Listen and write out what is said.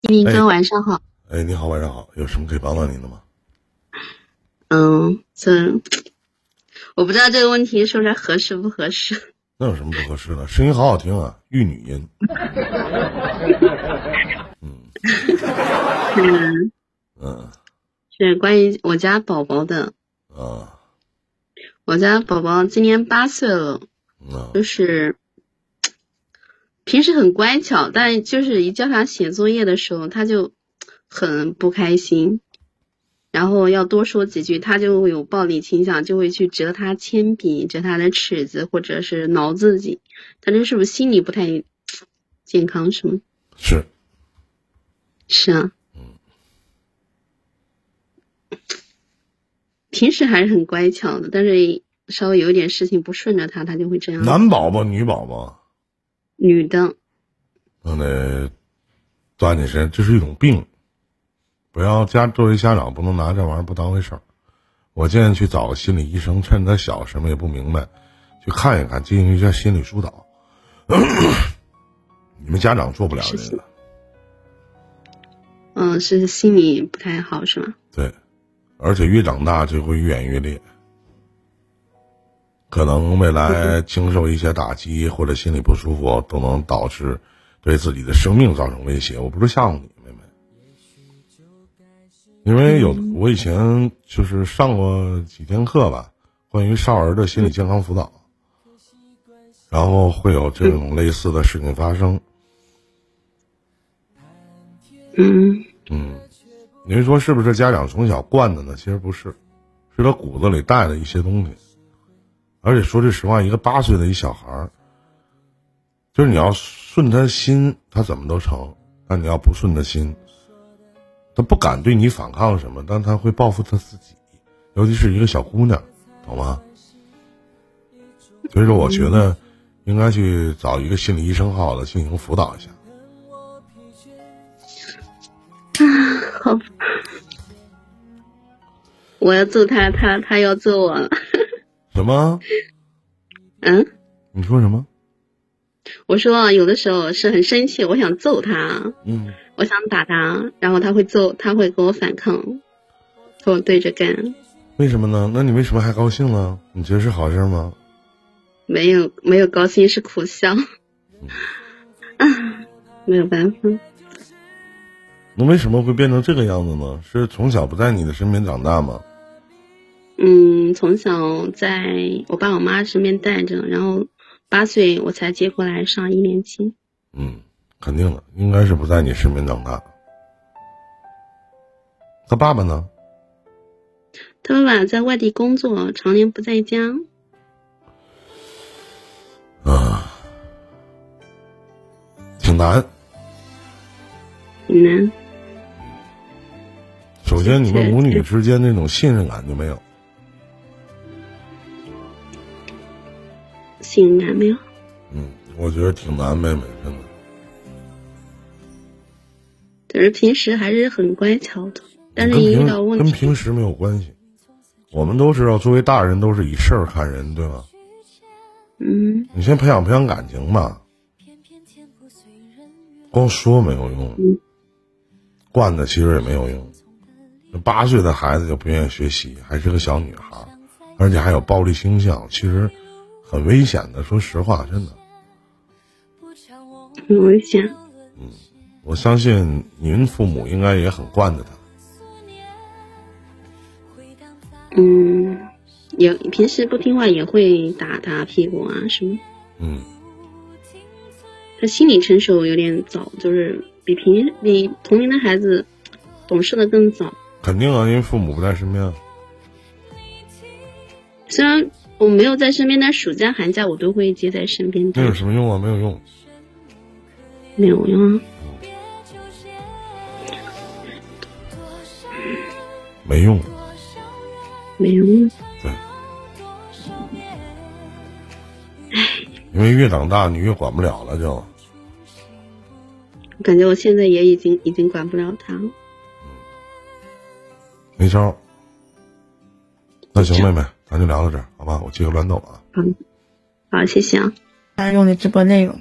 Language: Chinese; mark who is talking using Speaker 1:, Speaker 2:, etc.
Speaker 1: 一鸣哥，晚上好。
Speaker 2: 哎，你好，晚上好，有什么可以帮到您的吗？
Speaker 1: 嗯，这我不知道这个问题说出来合适不合适。
Speaker 2: 那有什么不合适的？声音好好听啊，玉女 音。
Speaker 1: 嗯，
Speaker 2: 嗯
Speaker 1: 是关于我家宝宝的。
Speaker 2: 啊，
Speaker 1: 我家宝宝今年八岁了，
Speaker 2: 那
Speaker 1: 就是平时很乖巧，但就是一叫他写作业的时候，他就很不开心。然后要多说几句，他就会有暴力倾向，就会去折他铅笔、折他的尺子，或者是挠自己。他这是不是心理不太健康？什么？
Speaker 2: 是
Speaker 1: 是啊，平时还是很乖巧的，但是稍微有一点事情不顺着他，他就会这样。
Speaker 2: 男宝宝、女宝宝，
Speaker 1: 女的，
Speaker 2: 那得抓紧时间，这是一种病，不要家作为家长不能拿这玩意儿不当回事儿。我建议去找个心理医生，趁他小什么也不明白，去看一看，进行一下心理疏导。 你们家长做不了
Speaker 1: 是
Speaker 2: 这个，
Speaker 1: 嗯，是心理不太好，是吗？
Speaker 2: 对，而且越长大就会越演越烈，可能未来经受一些打击或者心里不舒服，都能导致对自己的生命造成威胁。我不是吓唬你，妹妹，因为有我以前就是上过几天课吧，关于少儿的心理健康辅导，然后会有这种类似的事情发生。
Speaker 1: 嗯
Speaker 2: 嗯，您说是不是家长从小惯的呢？其实不是，是他骨子里带的一些东西。而且说句实话，一个八岁的一小孩儿，就是你要顺他心，他怎么都成；但你要不顺他心，他不敢对你反抗什么，但他会报复他自己。尤其是一个小姑娘，懂吗？所以说，我觉得应该去找一个心理医生，好好的进行辅导一下。
Speaker 1: 好，我要揍他，他他要揍我了。
Speaker 2: 什么？
Speaker 1: 嗯，
Speaker 2: 你说什么？
Speaker 1: 我说有的时候是很生气，我想揍他，
Speaker 2: 嗯。
Speaker 1: 我想打他，然后他会揍，他会跟我反抗，和我对着干。
Speaker 2: 为什么呢？那你为什么还高兴呢？你觉得是好事吗？
Speaker 1: 没有没有高兴是苦笑，啊， 没有办法，
Speaker 2: 那为什么会变成这个样子呢？是从小不在你的身边长大吗？
Speaker 1: 嗯，从小在我爸我妈身边带着，然后八岁我才接过来上一年级，
Speaker 2: 嗯，肯定的，应该是不在你身边长大。他爸爸呢？
Speaker 1: 他爸爸在外地工作，常年不在家，
Speaker 2: 啊，挺难。
Speaker 1: 很难，
Speaker 2: 首先，你们
Speaker 1: 是
Speaker 2: 母女之间那种信任感就没有。
Speaker 1: 性难没有，
Speaker 2: 嗯，我觉得挺难，妹妹，真的。
Speaker 1: 但是平时还是很乖巧的，但是
Speaker 2: 跟
Speaker 1: 一遇
Speaker 2: 平
Speaker 1: 到问
Speaker 2: 跟
Speaker 1: 题，
Speaker 2: 平时没有关系。我们都知道，作为大人都是以事儿看人，对吧？
Speaker 1: 嗯
Speaker 2: 你先培养培养感情吧。光说没有用
Speaker 1: 嗯，
Speaker 2: 惯的其实也没有用。这八岁的孩子就不愿意学习，还是个小女孩，而且还有暴力倾向，其实很危险的。说实话，真的，
Speaker 1: 很危险，
Speaker 2: 我相信您父母应该也很惯着她。
Speaker 1: 嗯，也平时不听话也会打他屁股啊什么。
Speaker 2: 嗯，
Speaker 1: 他心理成熟有点早，就是比平比同龄的孩子懂事的更早。
Speaker 2: 肯定啊，因为父母不在身边啊。
Speaker 1: 虽然我没有在身边，但暑假寒假我都会接在身边
Speaker 2: 那
Speaker 1: 带
Speaker 2: 有，什么用啊？没有用。
Speaker 1: 没有用啊。
Speaker 2: 没用。
Speaker 1: 没有啊用。
Speaker 2: 对，因为越长大你越管不了了，就
Speaker 1: 我感觉我现在也已经已经管不了他了。
Speaker 2: 没招儿。那行，妹妹，咱就聊到这儿，好吧？我接个乱斗啊。
Speaker 1: 好，谢谢啊。
Speaker 3: 大家用的直播内容。